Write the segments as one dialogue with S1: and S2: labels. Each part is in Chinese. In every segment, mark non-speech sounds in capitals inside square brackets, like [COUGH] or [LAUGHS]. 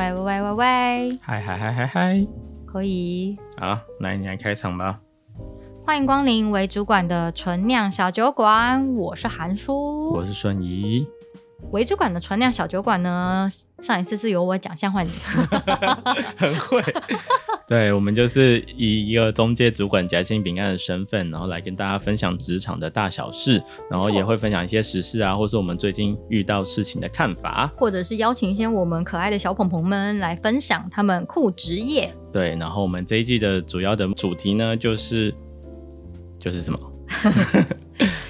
S1: 喂，
S2: 嗨嗨嗨嗨嗨！
S1: 可以，
S2: 好，来你来开场吧。
S1: 欢迎光临为主管的纯酿小酒馆，我是韩叔。
S2: 我是顺仪，
S1: 为主管的纯酿小酒馆呢，上一次是由我讲，现在换你。 [LAUGHS]
S2: 很会。 [LAUGHS] 对，我们就是以一个中介主管夹心饼干的身份，然后来跟大家分享职场的大小事，然后也会分享一些时事啊，或是我们最近遇到事情的看法。
S1: 或者是邀请一些我们可爱的小朋朋们来分享他们酷职业，
S2: 对，然后我们这一季的主要的主题呢，就是就是什么？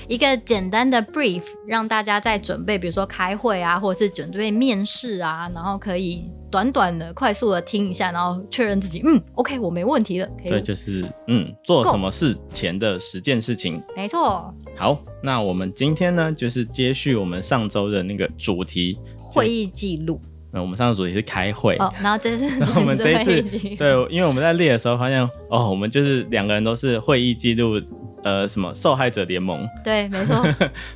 S1: 一个简单的 brief，让大家在准备，比如说开会啊，或者是准备面试啊，然后可以短短的、快速的听一下，然后确认自己，嗯，OK，我没问题了，可
S2: 对，
S1: 以，
S2: 就是嗯，做
S1: Go
S2: 什么事前的十件事情。
S1: 没错，
S2: 好，那我们今天呢，就是接续我们上周的那个主题。
S1: 会议记录
S2: 呃，我们上周主题是开会。 [LAUGHS]
S1: 哦，然后这次
S2: 然后我们这一
S1: [LAUGHS]
S2: 次
S1: 会议记录
S2: 对，因为我们在列的时候发现，哦，我们就是两个人都是会议记录，呃，什么受害者联盟，
S1: 对，没错，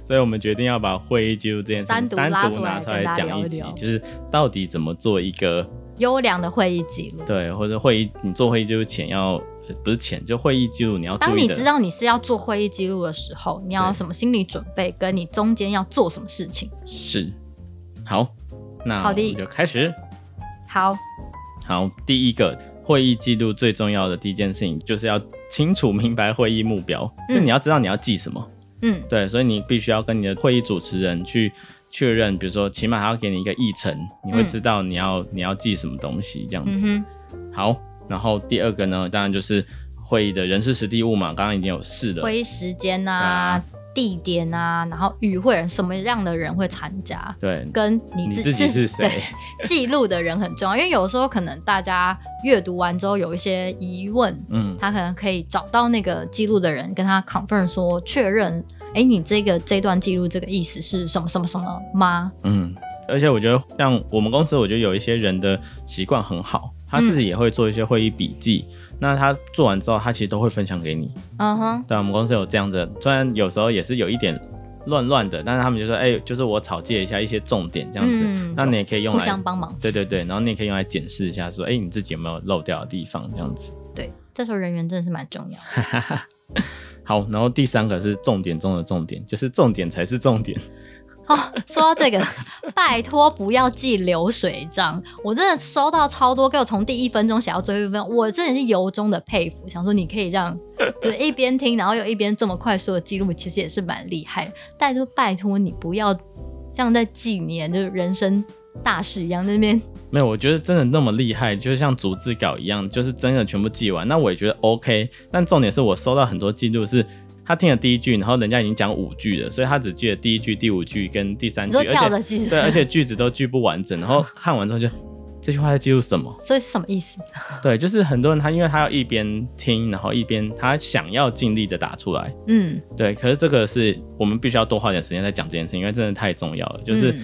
S2: 所以我们决定要把会议记录这件事
S1: 单
S2: 情
S1: 独
S2: 单
S1: 拉
S2: 独
S1: 出来
S2: 拿出
S1: 跟
S2: 来
S1: 大家
S2: 讲
S1: 聊
S2: 一
S1: 一
S2: 集
S1: 聊，
S2: 就是到底怎么做一个
S1: 优良的会议记录。
S2: 对，或者会议你做会议记录前要呃不是前就会议记录你要
S1: 当
S2: 注意
S1: 你
S2: 的
S1: 知道你是要做会议记录的时候，你要有
S2: 对
S1: 什么心理准备，跟你中间要做什么事情。
S2: 是好，那
S1: 好
S2: 我
S1: 的
S2: 们就开始。
S1: 好，
S2: 好，第一个会议记录最重要的第一件事情就是要清楚明白会议目标，就
S1: 嗯
S2: 你要知道你要记什么。
S1: 嗯，
S2: 对，所以你必须要跟你的会议主持人去确认，比如说起码还要给你一个议程，你会
S1: 嗯
S2: 知道你要、你要记什么东西这样子。
S1: 嗯
S2: 好，然后第二个呢，当然就是会议的人事实地物嘛，刚刚已经有试
S1: 哼，
S2: 了。
S1: 会议时间啊、地点啊，然后与会人什么样的人会参加，
S2: 对，
S1: 跟你
S2: 你
S1: 自
S2: 自己
S1: [LAUGHS]
S2: 是
S1: 对
S2: 谁？
S1: 记录的人很重要，因为有时候可能大家阅读完之后有一些疑问，
S2: 嗯，
S1: 他可能可以找到那个记录的人，跟他 confirm 说确认，哎，你这个这段记录这个意思是什么什么什么吗？
S2: 嗯，而且我觉得像我们公司，我觉得有一些人的习惯很好，他自己也会做一些会议笔记。那他做完之后，他其实都会分享给你。
S1: 嗯哼，
S2: 对，我们公司有这样的，虽然有时候也是有一点乱乱的，但是他们就说，哎、就是我草借一下一些重点这样子，
S1: 嗯
S2: 那你也可以用
S1: 互
S2: 来
S1: 相，帮忙。
S2: 对对对，然后你也可以用来检视一下，说，哎、你自己有没有漏掉的地方这样子。
S1: 对，这时候人员真的是蛮重要的。
S2: 好，然后第三个是重点中的重点，就是重点才是重点。 [LAUGHS]
S1: 哦，说到这个，拜托不要记流水账，我真的收到超多，给我从第一分钟写到最后一分钟，我真的是由衷的佩服，想说你可以这样，就是一边听，然后又一边这么快速的记录，其实也是蛮厉害的。拜托拜托你不要像在记你的就是人生大事一样，在那边
S2: 没有，我觉得真的那么厉害，就像逐字稿一样，就是真的全部记完。那我也觉得 OK，但重点是我收到很多记录是。他听了第一句，然后人家已经讲五句了，所以他只记得第一句、第五句跟第三
S1: 你
S2: 句，
S1: 说
S2: 而且
S1: 跳着记，
S2: 对，而且句子都句不完整，然后看完之后就这句话在记录什么？
S1: 所以是什么意思？
S2: 对，就是很多人他因为他要一边听，然后一边他想要尽力的打出来，
S1: 嗯，
S2: 对。可是这个是我们必须要多花点时间在讲这件事情，因为真的太重要了。就是
S1: 嗯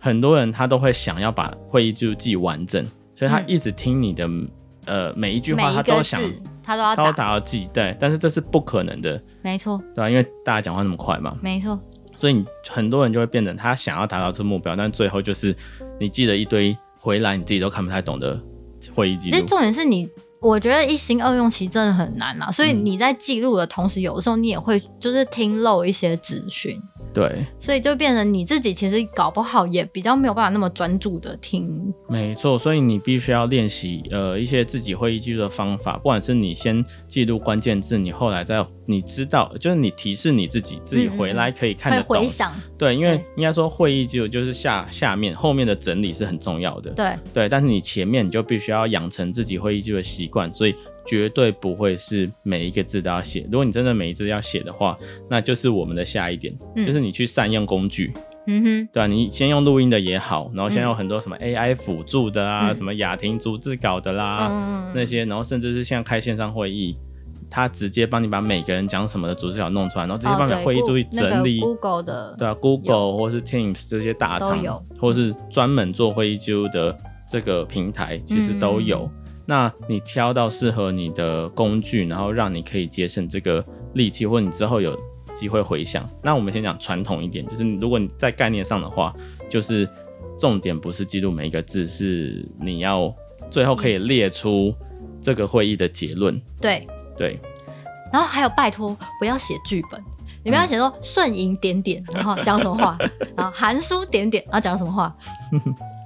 S2: 很多人他都会想要把会议记录记完整，所以他一直听你的、呃每一句
S1: 嗯每
S2: 话，
S1: 一
S2: 他都
S1: 个
S2: 想
S1: 字他都要
S2: 他都
S1: 打，
S2: 打要记，对。但是这是不可能的，
S1: 没错
S2: 对吧、啊因为大家讲话那么快嘛，
S1: 没错，
S2: 所以你很多人就会变成他想要达到这目标，但最后就是你记了一堆回来你自己都看不太懂的会议记
S1: 其实
S2: 录。
S1: 重点是你，我觉得一心二用其实真的很难啦，所以
S2: 嗯
S1: 你在记录的同时，有的时候你也会就是听漏一些资讯，
S2: 对，
S1: 所以就变成你自己其实搞不好也比较没有办法那么专注的听。
S2: 没错，所以你必须要练习呃一些自己会议记录的方法，不管是你先记录关键字，你后来再你知道，就是你提示你自己，自己回来可以看
S1: 嗯会
S2: 得
S1: 回
S2: 懂。
S1: 想，
S2: 对，因为
S1: 对
S2: 应该说会议记录就是下下面后面的整理是很重要的。
S1: 对，
S2: 对，但是你前面你就必须要养成自己会议记录的习惯，所以绝对不会是每一个字都要写。如果你真的每一字要写的话，那就是我们的下一点，
S1: 嗯
S2: 就是你去善用工具，
S1: 嗯
S2: 对吧、啊你先用录音的也好，然后先
S1: 嗯
S2: 用很多什么 AI 辅助的啊，
S1: 嗯
S2: 什么雅婷逐字稿的
S1: 哼，
S2: 啦、
S1: 嗯，
S2: 啊那些，然后甚至是像开线上会议。他直接帮你把每个人讲什么的逐字稿弄出来，然后直接
S1: 哦
S2: 帮你
S1: 对
S2: 会议
S1: ，Go-
S2: 注意
S1: 那个
S2: 整理，
S1: Google 的，
S2: 对啊，Google 或是 Teams 这些大
S1: 都
S2: 厂
S1: 有，嗯
S2: 或是专门做会议记录的这个平台，其实都有。
S1: 嗯
S2: 那你挑到适合你的工具，然后让你可以节省这个力气，或你之后有机会回想。那我们先讲传统一点，就是如果你在概念上的话，就是重点不是记录每一个字，是你要最后可以列出这个会议的结论。
S1: 对，
S2: 对，
S1: 然后还有拜托不要写剧本，你
S2: 嗯
S1: 不要写说顺营点点，然后讲什么话，然后韩书点点，然后讲什么
S2: [LAUGHS]
S1: 话，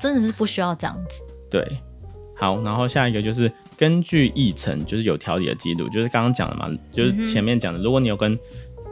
S1: 真的是不需要这样子。
S2: 对，好，然后下一个就是根据议程，就是有条理的记录，就是刚刚讲的嘛，就是前面讲的，如果你有跟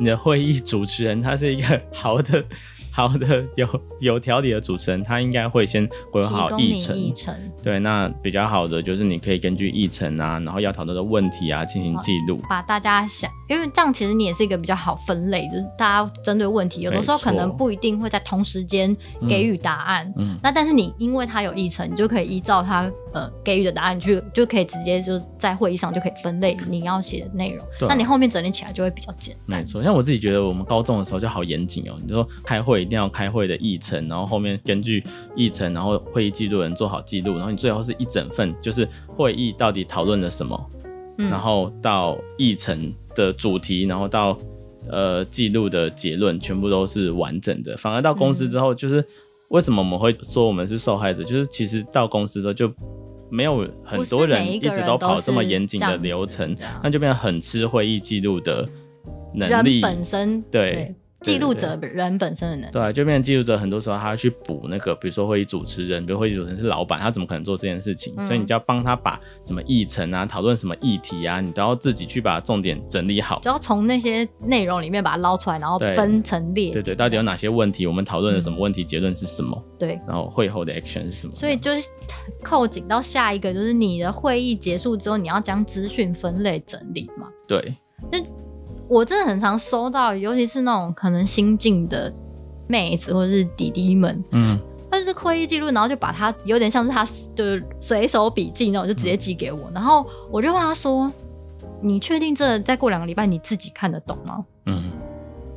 S2: 你的会议主持人，他是一个好的、 [LAUGHS] 好的有有条理的主持人，他应该会先规
S1: 提
S2: 划好
S1: 供你
S2: 议程。
S1: 议程，
S2: 对，那比较好的就是你可以根据议程啊，然后要讨论的问题啊进行记录。
S1: 把大家想，因为这样其实你也是一个比较好分类，就是大家针对问题，有的时候
S2: 没错
S1: 可能不一定会在同时间给予答案。
S2: 嗯
S1: 那但是你因为它有议程，你就可以依照它呃给予的答案去，就可以直接就是在会议上就可以分类你要写的内容。
S2: 对啊
S1: 那你后面整理起来就会比较简单。
S2: 没错，像我自己觉得我们高中的时候就好严谨哦。你说开会一定要开会的议程，然后后面根据议程，然后会议记录人做好记录，然后你最后是一整份，就是会议到底讨论了什么，
S1: 嗯
S2: 然后到议程的主题，然后到呃记录的结论，全部都是完整的。反而到公司之后，就是为什么我们会说我们是受害者，就是其实到公司之后就没有很
S1: 不
S2: 多
S1: 是每一
S2: 一
S1: 个
S2: 直
S1: 人
S2: 都跑
S1: 都是
S2: 这么严谨
S1: 这
S2: 的
S1: 样子
S2: 流程
S1: 对啊，
S2: 那就变得很吃会议记录的能
S1: 人
S2: 力。
S1: 本身
S2: 对对
S1: 记录
S2: 对
S1: 者人本身的能力，
S2: 对啊，就变成记录者，很多时候他要去补那个，比如说会议主持人，比如会议主持人是老板，他怎么可能做这件事情？
S1: 嗯
S2: 所以你就要帮他把什么议程啊、讨论什么议题啊，你都要自己去把重点整理好。
S1: 就要从那些内容里面把它捞出来，然后
S2: 对
S1: 分成列
S2: 对对，到底有哪些问题？我们讨论了什么问题？结论是什么？
S1: 对
S2: 然后会后的 action 是什么？
S1: 嗯所以就是 [LAUGHS] 扣紧到下一个，就是你的会议结束之后，你要将资讯分类整理嘛。
S2: 对，
S1: 我真的很常收到，尤其是那种可能新进的妹子或者是弟弟们，
S2: 嗯，
S1: 他就是会议记录，然后就把它有点像是他就是随手笔记那种，就直接寄给我，然后我就问他说：“你确定这再过两个礼拜你自己看得懂吗
S2: 嗯，？”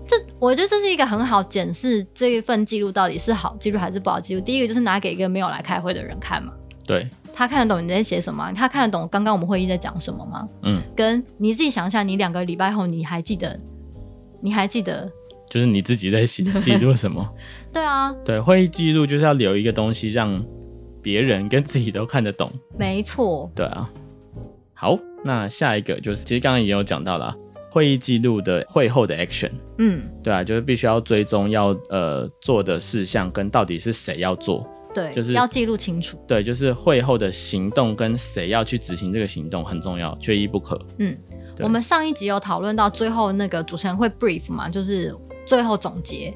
S1: 这我觉得这是一个很好检视这一份记录到底是好记录还是不好记录。第一个就是拿给一个没有来开会的人看嘛。
S2: 对，
S1: 他看得懂你在写什么吗？啊他看得懂刚刚我们会议在讲什么吗？
S2: 嗯，
S1: 跟你自己想一下，你两个礼拜后你还记得，你还记得？
S2: 就是你自己在写记录什么？ [LAUGHS]
S1: 对啊，
S2: 对，会议记录就是要留一个东西让别人跟自己都看得懂。
S1: 没错，
S2: 对啊。好，那下一个就是，其实刚刚也有讲到了啊会议记录的会后的 action，
S1: 嗯，
S2: 对啊，就是必须要追踪要呃做的事项跟到底是谁要做，
S1: 对，
S2: 就是
S1: 要记录清楚，
S2: 对，就是会后的行动跟谁要去执行这个行动很重要，缺一不可。
S1: 嗯。
S2: 对
S1: 我们上一集有讨论到最后那个主持人会 brief 嘛，就是最后总结，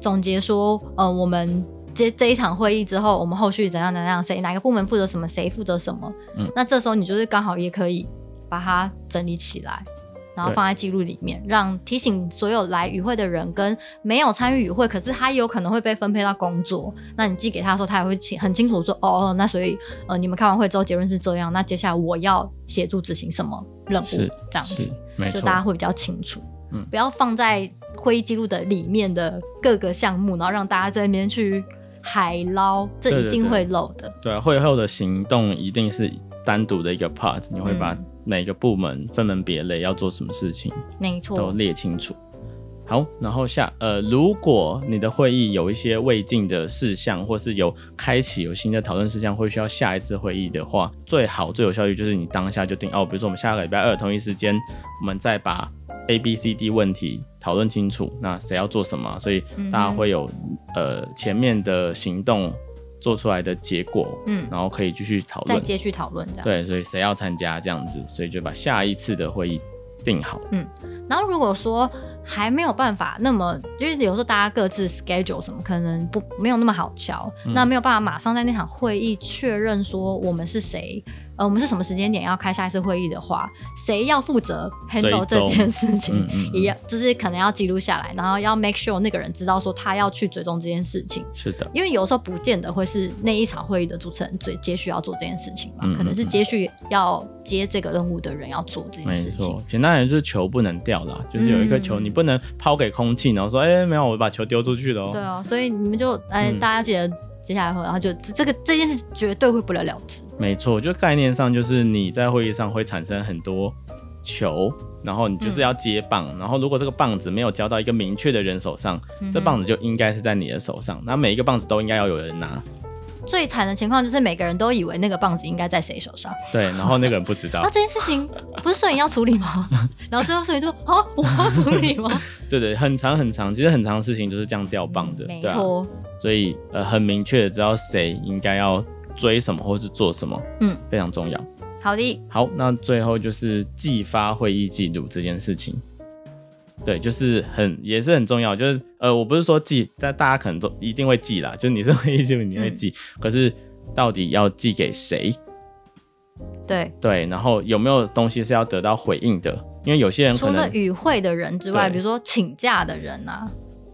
S1: 总结说，呃，我们接这一场会议之后，我们后续怎样怎样，谁哪个部门负责什么，谁负责什么。
S2: 嗯
S1: 那这时候你就是刚好也可以把它整理起来，然后
S2: 对
S1: 放在记录里面，让提醒所有来与会的人跟没有参与与会，可是他有可能会被分配到工作，那你寄给他的时候，他也会清很清楚说，哦哦，那所以呃，你们开完会之后结论是这样，那接下来我要协助执行什么任务，
S2: 是
S1: 这样子
S2: 是。，没
S1: 就
S2: 错
S1: 大，家会比较清楚。
S2: 嗯
S1: 不要放在会议记录的里面的各个项目，然后让大家在那边去海捞，这
S2: 对对
S1: 一定会漏的。
S2: 对啊，会后的行动一定是单独的一个 part，你会把
S1: 嗯
S2: 每个部门分门别类要做什么事情。
S1: 没
S2: 都
S1: 错，
S2: 列清楚。好，然后下呃，如果你的会议有一些未尽的事项，或是有开启有新的讨论事项，会需要下一次会议的话，最好最有效率就是你当下就定哦，比如说我们下个礼拜二同一时间，我们再把 A、B、C、D 问题讨论清楚，那谁要做什么，所以
S1: 嗯哼
S2: 大家会有、呃前面的行动做出来的结果，
S1: 嗯，
S2: 然后可以继续讨
S1: 再
S2: 论。
S1: 接续讨论这样。
S2: 对，所以谁要参加这样子，所以就把下一次的会议定好。
S1: 然后如果说还没有办法，那么因为有时候大家各自 schedule 什么，可能不没有那么好瞧，
S2: 嗯
S1: 那没有办法马上在那场会议确认说我们是谁，呃，我们是什么时间点要开下一次会议的话，谁要负责 handle 这
S2: 追踪
S1: 件事情，
S2: 嗯嗯嗯
S1: 也要就是可能要记录下来，然后要 make sure 那个人知道说他要去追踪这件事情。
S2: 是的。
S1: 因为有时候不见得会是那一场会议的主持人最接续要做这件事情嘛，
S2: 嗯嗯
S1: 可能是接续要接这个任务的人要做这件
S2: 没
S1: 事情
S2: 错。，简单来说就是球不能掉啦，就是有一颗球
S1: 嗯
S2: 你不能抛给空气，然后说，哎、没有，我把球丢出去了哦。
S1: 对啊，所以你们就哎，
S2: 嗯
S1: 大家记得接下来会，然后就这这个这件事绝对会不了了之。
S2: 没错，就概念上就是你在会议上会产生很多球，然后你就是
S1: 嗯
S2: 要接棒，然后如果这个棒子没有交到一个
S1: 嗯
S2: 明确的人手上，这棒子就应该是在你的手上，那每一个棒子都应该要有人拿。
S1: 嗯最惨的情况就是每个人都以为那个棒子应该在谁手上，
S2: 对，然后那个人不知道
S1: 那、， [LAUGHS] 这件事
S2: [LAUGHS]
S1: 情不是摄影要处理吗？ [LAUGHS] 然后最后摄影就啊，我要处理吗？
S2: 对对，很长很长，其实很长的事情就是这样掉 [LAUGHS] 棒的，
S1: 没
S2: 对啊，
S1: 错，
S2: 所以呃，很明确的知道谁应该要追什么或是做什么，
S1: 嗯，
S2: 非常重要。
S1: 好的，
S2: 好，那最后就是寄发会议记录这件事情，对，就是很也是很重要。就是呃，我不是说寄，但大家可能都一定会寄啦，就是你是会议记录，你
S1: 嗯
S2: 会寄，可是到底要寄给谁？
S1: 对，
S2: 对，然后有没有东西是要得到回应的？因为有些人
S1: 除
S2: 可
S1: 了
S2: 能
S1: 与会的人之外，
S2: 对
S1: 比如说请假的人啊，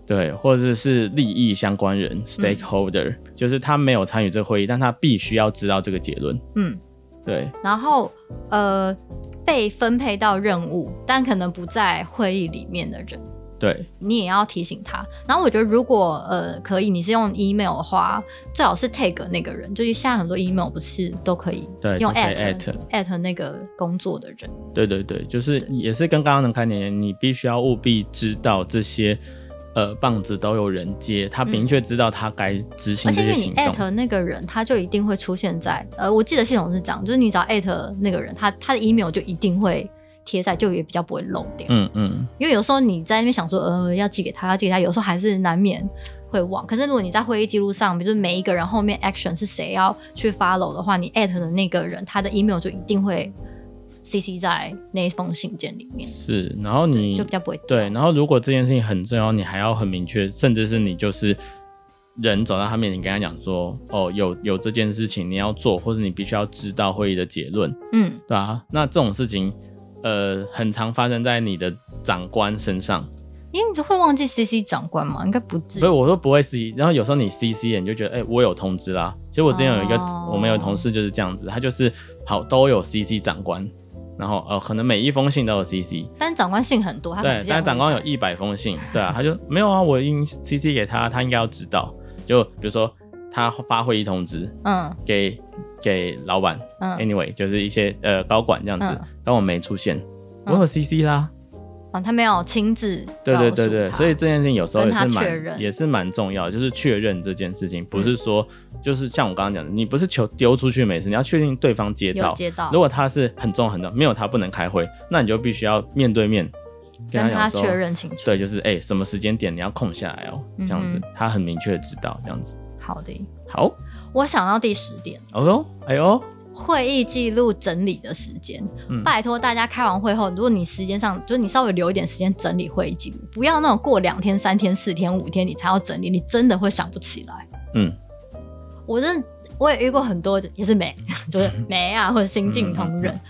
S2: 对，或者是利益相关人
S1: 嗯
S2: （stakeholder），、就是他没有参与这个会议，但他必须要知道这个结论。
S1: 嗯，
S2: 对，
S1: 然后呃被分配到任务，但可能不在会议里面的人，
S2: 对，
S1: 你也要提醒他。然后我觉得，如果呃可以，你是用 email 的话，最好是 tag 那个人，就是现在很多 email 不是都可以
S2: 对
S1: 用
S2: 都可以
S1: at
S2: at
S1: at 那个工作的人。
S2: 对对对，就是也是跟刚刚的概念一样，你必须要务必知道这些呃棒子都有人接，他明确知道他该执行
S1: 而
S2: 这
S1: 且因
S2: 些
S1: 为你
S2: 行动。
S1: at 那个人，他就一定会出现在呃，我记得系统是这样，就是你只要 at 那个人，他他的 email 就一定会贴在，就也比较不会漏掉。
S2: 嗯嗯，
S1: 因为有时候你在那边想说，呃，要寄给他，要寄给他，有时候还是难免会忘。可是如果你在会议记录上，比如说每一个人后面 action 是谁要去 follow 的话，你 at 的那个人，他的 email 就一定会 cc 在那一封信件里面，
S2: 是。然后你
S1: 就比较不会掉
S2: 嗯对，然后如果这件事情很重要，你还要很明确，甚至是你就是人走到他面前跟他讲说，哦，有有这件事情你要做，或者你必须要知道会议的结论，
S1: 嗯，
S2: 对啊。那这种事情，呃，很常发生在你的长官身上。
S1: 因为你就会忘记 cc 长官嘛，应该不至于
S2: 不是，。我说不会 C，然后有时候你 CC 了，你就觉得，哎、我有通知啦。其实我之前有一个，
S1: 哦
S2: 我们有同事就是这样子，他就是好都有 CC 长官，然后呃，可能每一封信都有 CC，
S1: 但长官信很多，他可能
S2: 对
S1: 比，较
S2: 但长官有
S1: 容易
S2: 一百封信，对啊，
S1: [LAUGHS]
S2: 他就没有啊，我已经 CC 给他，他应该要知道。就比如说他发会议通知
S1: 嗯
S2: 给给老板、
S1: 嗯，
S2: anyway 就是一些呃高管这样子
S1: 嗯，
S2: 但我没出现，我有 CC 啦，
S1: 哦，他没有亲自
S2: 对对
S1: 告诉
S2: 对对，
S1: 他
S2: 所以这件事情有时候也
S1: 跟他
S2: 是
S1: 确认嗯
S2: 蛮也是蛮重要的，就是确认这件事情，不是说、就是像我刚刚讲的，你不是球丢出去没事，你要确定对方接
S1: 有
S2: 到。
S1: 接到
S2: 如，果他是很重很重，没有他不能开会，那你就必须要面对面跟
S1: 跟
S2: 他
S1: 他
S2: 讲说，
S1: 确认清楚。
S2: 对，就是哎、什么时间点你要空下来哦，这样子，
S1: 嗯
S2: 他很明确地知道这样子。
S1: 好的，
S2: 好，
S1: 我想到第十点。
S2: 哦哟，哎呦，
S1: 会议记录整理的时间，
S2: 嗯
S1: 拜托大家开完会后，如果你时间上就是你稍微留一点时间整理会议记录，不要那种过两天、三天、四天、五天你才要整理，你真的会想不起来。
S2: 嗯，
S1: 我真的我也遇过很多，也是没， [LAUGHS] 就是没啊，或者新进同
S2: 嗯
S1: 仁，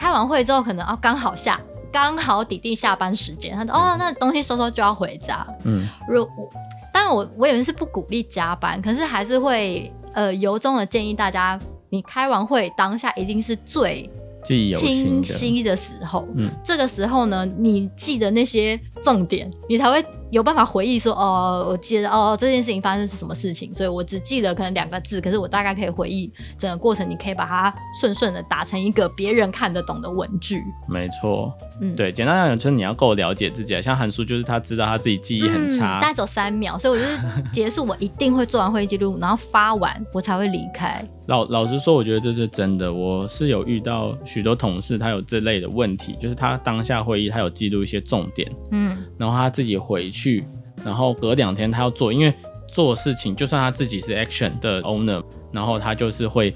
S1: 开完会之后可能哦刚好下刚好弟弟下班时间，他说哦那东西收收就要回家，
S2: 嗯
S1: 如我当然我我也是不鼓励加班，可是还是会呃由衷的建议大家，你开完会当下一定是最
S2: 记忆犹新
S1: 清晰
S2: 的，
S1: 的时候。
S2: 嗯
S1: 这个时候呢，你记得那些重点，你才会有办法回忆说哦，我记得哦这件事情发生是什么事情，所以我只记得可能两个字，可是我大概可以回忆整个过程，你可以把它顺顺的打成一个别人看得懂的文句。
S2: 没错。
S1: 嗯，。
S2: 对，简单来讲就是你要够了解自己啊，像韩叔就是他知道他自己记忆很差，
S1: 嗯，大概只有三秒，所以我
S2: [LAUGHS]
S1: 就是结束，我一定会做完会议记录，然后发完我才会离开。
S2: 老老实说，我觉得这是真的。我是有遇到许多同事，他有这类的问题，就是他当下会议他有记录一些重点，
S1: 嗯，
S2: 然后他自己回去，然后隔两天他要做，因为做事情就算他自己是 action 的 owner，然后他就是会，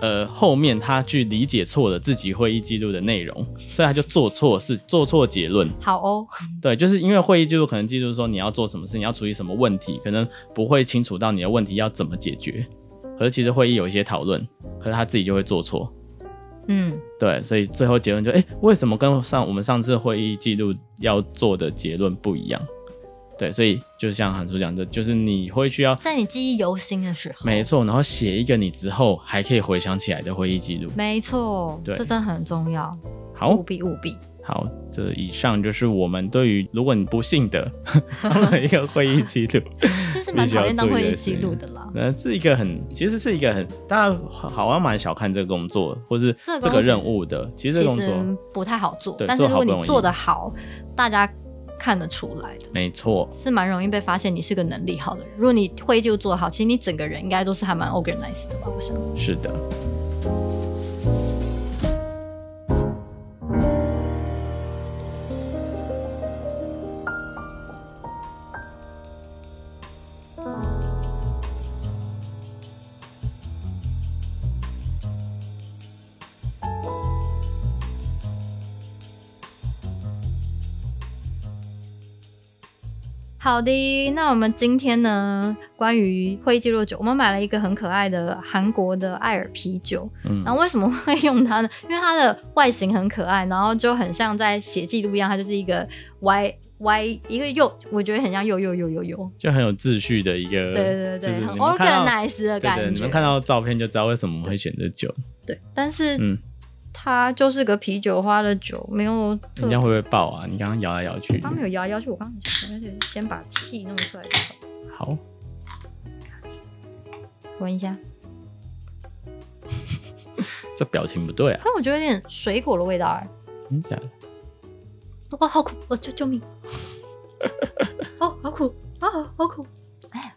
S2: 呃，后面他去理解错了自己会议记录的内容，所以他就做错事，做错结论。
S1: 好哦，
S2: 对，就是因为会议记录可能记录说你要做什么事，你要处理什么问题，可能不会清楚到你的问题要怎么解决。可是其实会议有一些讨论，可是他自己就会做错。
S1: 嗯，
S2: 对，所以最后结论就哎、诶为什么跟上我们上次会议记录要做的结论不一样？对，所以就像韩叔讲的，就是你会需要
S1: 在你记忆犹新的时候，
S2: 没错，然后写一个你之后还可以回想起来的会议记录。
S1: 没错，
S2: 对
S1: 这真的很重要，务
S2: 好
S1: 必务必。
S2: 好，这以上就是我们对于如果你不幸 [LAUGHS] 的当了一个会议记录。
S1: 其实蛮讨厌当会议记录的啦，
S2: 呃，是一个很，其实是一个很，大家好像蛮小看这个工作，或是
S1: 这个
S2: 这
S1: 工
S2: 个
S1: 作
S2: 任务的。其
S1: 其
S2: 实这个工
S1: 实
S2: 作，
S1: 不太好做
S2: 对，
S1: 但是如果你
S2: 做好不容易
S1: 做得好，大家看得出来的，
S2: 没错，
S1: 是蛮容易被发现你是个能力好的人。如果你会就做得好，其实你整个人应该都是还蛮 organized 的吧，我想。
S2: 是的。
S1: 好的，那我们今天呢，关于会议记录酒，我们买了一个很可爱的韩国的艾尔啤酒。
S2: 嗯
S1: 然后为什么会用它呢？ [LAUGHS] 因为它的外形很可爱，然后就很像在写记录一样，它就是一个 Y Y 一个又，我觉得很像又又又又又，
S2: 就很有秩序的一
S1: 对
S2: 个，
S1: 对
S2: 就
S1: 对，
S2: 是
S1: 很
S2: 你们看到
S1: organized 的感
S2: 对
S1: 觉。
S2: 对，你们看到照片就知道为什么我们会选这酒。
S1: 对，但是
S2: 嗯，
S1: 它就是个啤酒花的酒，没有特
S2: 人家会不会爆啊？你刚刚摇来摇去。
S1: 刚没有摇来摇去，我刚刚想要先把气弄出来，
S2: 好，
S1: 闻一下。
S2: 这表情不对啊，
S1: 但我觉得有点水果的味道哎、
S2: 真假的？
S1: 哇，好苦！我救救
S2: [LAUGHS]
S1: 命！哦，好苦啊，好苦！哎呀，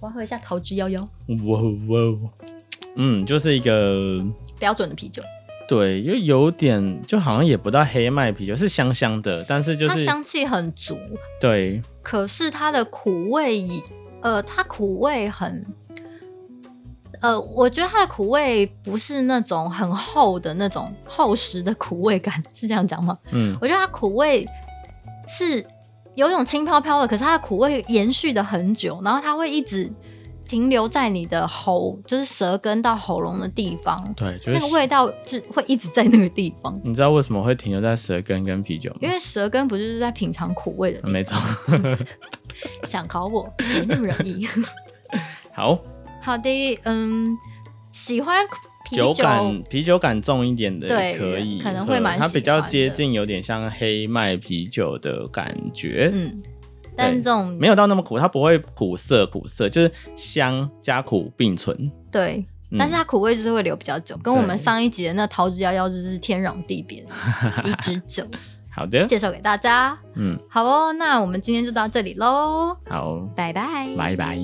S1: 我要喝一下桃之夭夭，
S2: 哇哦哇哦，嗯，就是一个
S1: 标准的啤酒，
S2: 对，又有点就好像也不到黑麦啤酒，是香香的，但是就
S1: 它
S2: 是
S1: 香气很足，
S2: 对，
S1: 可是它的苦味也，呃，它苦味很，呃，我觉得它的苦味不是那种很厚的那种厚实的苦味感，是这样讲吗？
S2: 嗯，
S1: 我觉得它苦味是有一种轻飘飘的，可是它的苦味延续的很久，然后它会一直停留在你的喉，就是舌根到喉咙的地方，
S2: 对，就是
S1: 那个味道就会一直在那个地方。
S2: 你知道为什么会停留在舌根跟啤酒吗？
S1: 因为舌根不就是在品尝苦味的地方？[LAUGHS]
S2: 没错。
S1: 想考我，没那么容
S2: [LAUGHS]
S1: 易。
S2: 好，
S1: 好的，嗯，喜欢啤
S2: 酒
S1: 酒，
S2: 感啤酒感重一点的
S1: 对
S2: 也可以，
S1: 可能会蛮
S2: 对它
S1: 喜
S2: 比较
S1: 欢
S2: 接
S1: 的
S2: 近，有点像黑麦啤酒的感觉。
S1: 嗯，但这种
S2: 没有到那么苦，它不会苦涩苦涩，就是香加苦并存。
S1: 对。
S2: 嗯
S1: 但是它苦味就是会留比较久，跟我们
S2: 对
S1: 上一集的那桃之夭夭就是天壤地别的一支酒，
S2: 好的，
S1: 介绍给大家。
S2: 嗯，
S1: 好哦，那我们今天就到这里喽，
S2: 好，
S1: 拜拜，
S2: 拜拜。